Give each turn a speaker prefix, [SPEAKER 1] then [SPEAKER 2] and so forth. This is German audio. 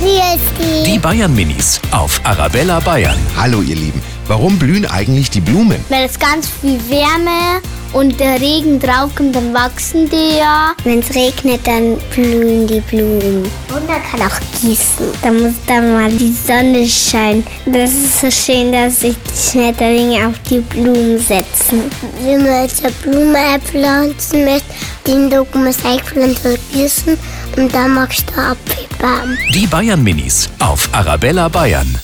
[SPEAKER 1] Grüß
[SPEAKER 2] Die Bayern Minis auf Arabella Bayern.
[SPEAKER 3] Hallo ihr Lieben, warum blühen eigentlich die Blumen?
[SPEAKER 1] Wenn es ganz viel Wärme und der Regen draufkommt, dann wachsen die ja. Wenn es regnet, dann blühen die Blumen. Und man kann auch gießen. Da muss dann mal die Sonne scheinen. Das ist so schön, dass sich die Schmetterlinge auf die Blumen setzen. Wenn man jetzt eine Blume pflanzen möchte, den Doku muss einpflanzen gießen und dann machst du Apfelbaum.
[SPEAKER 2] Die Bayern Minis auf Arabella Bayern.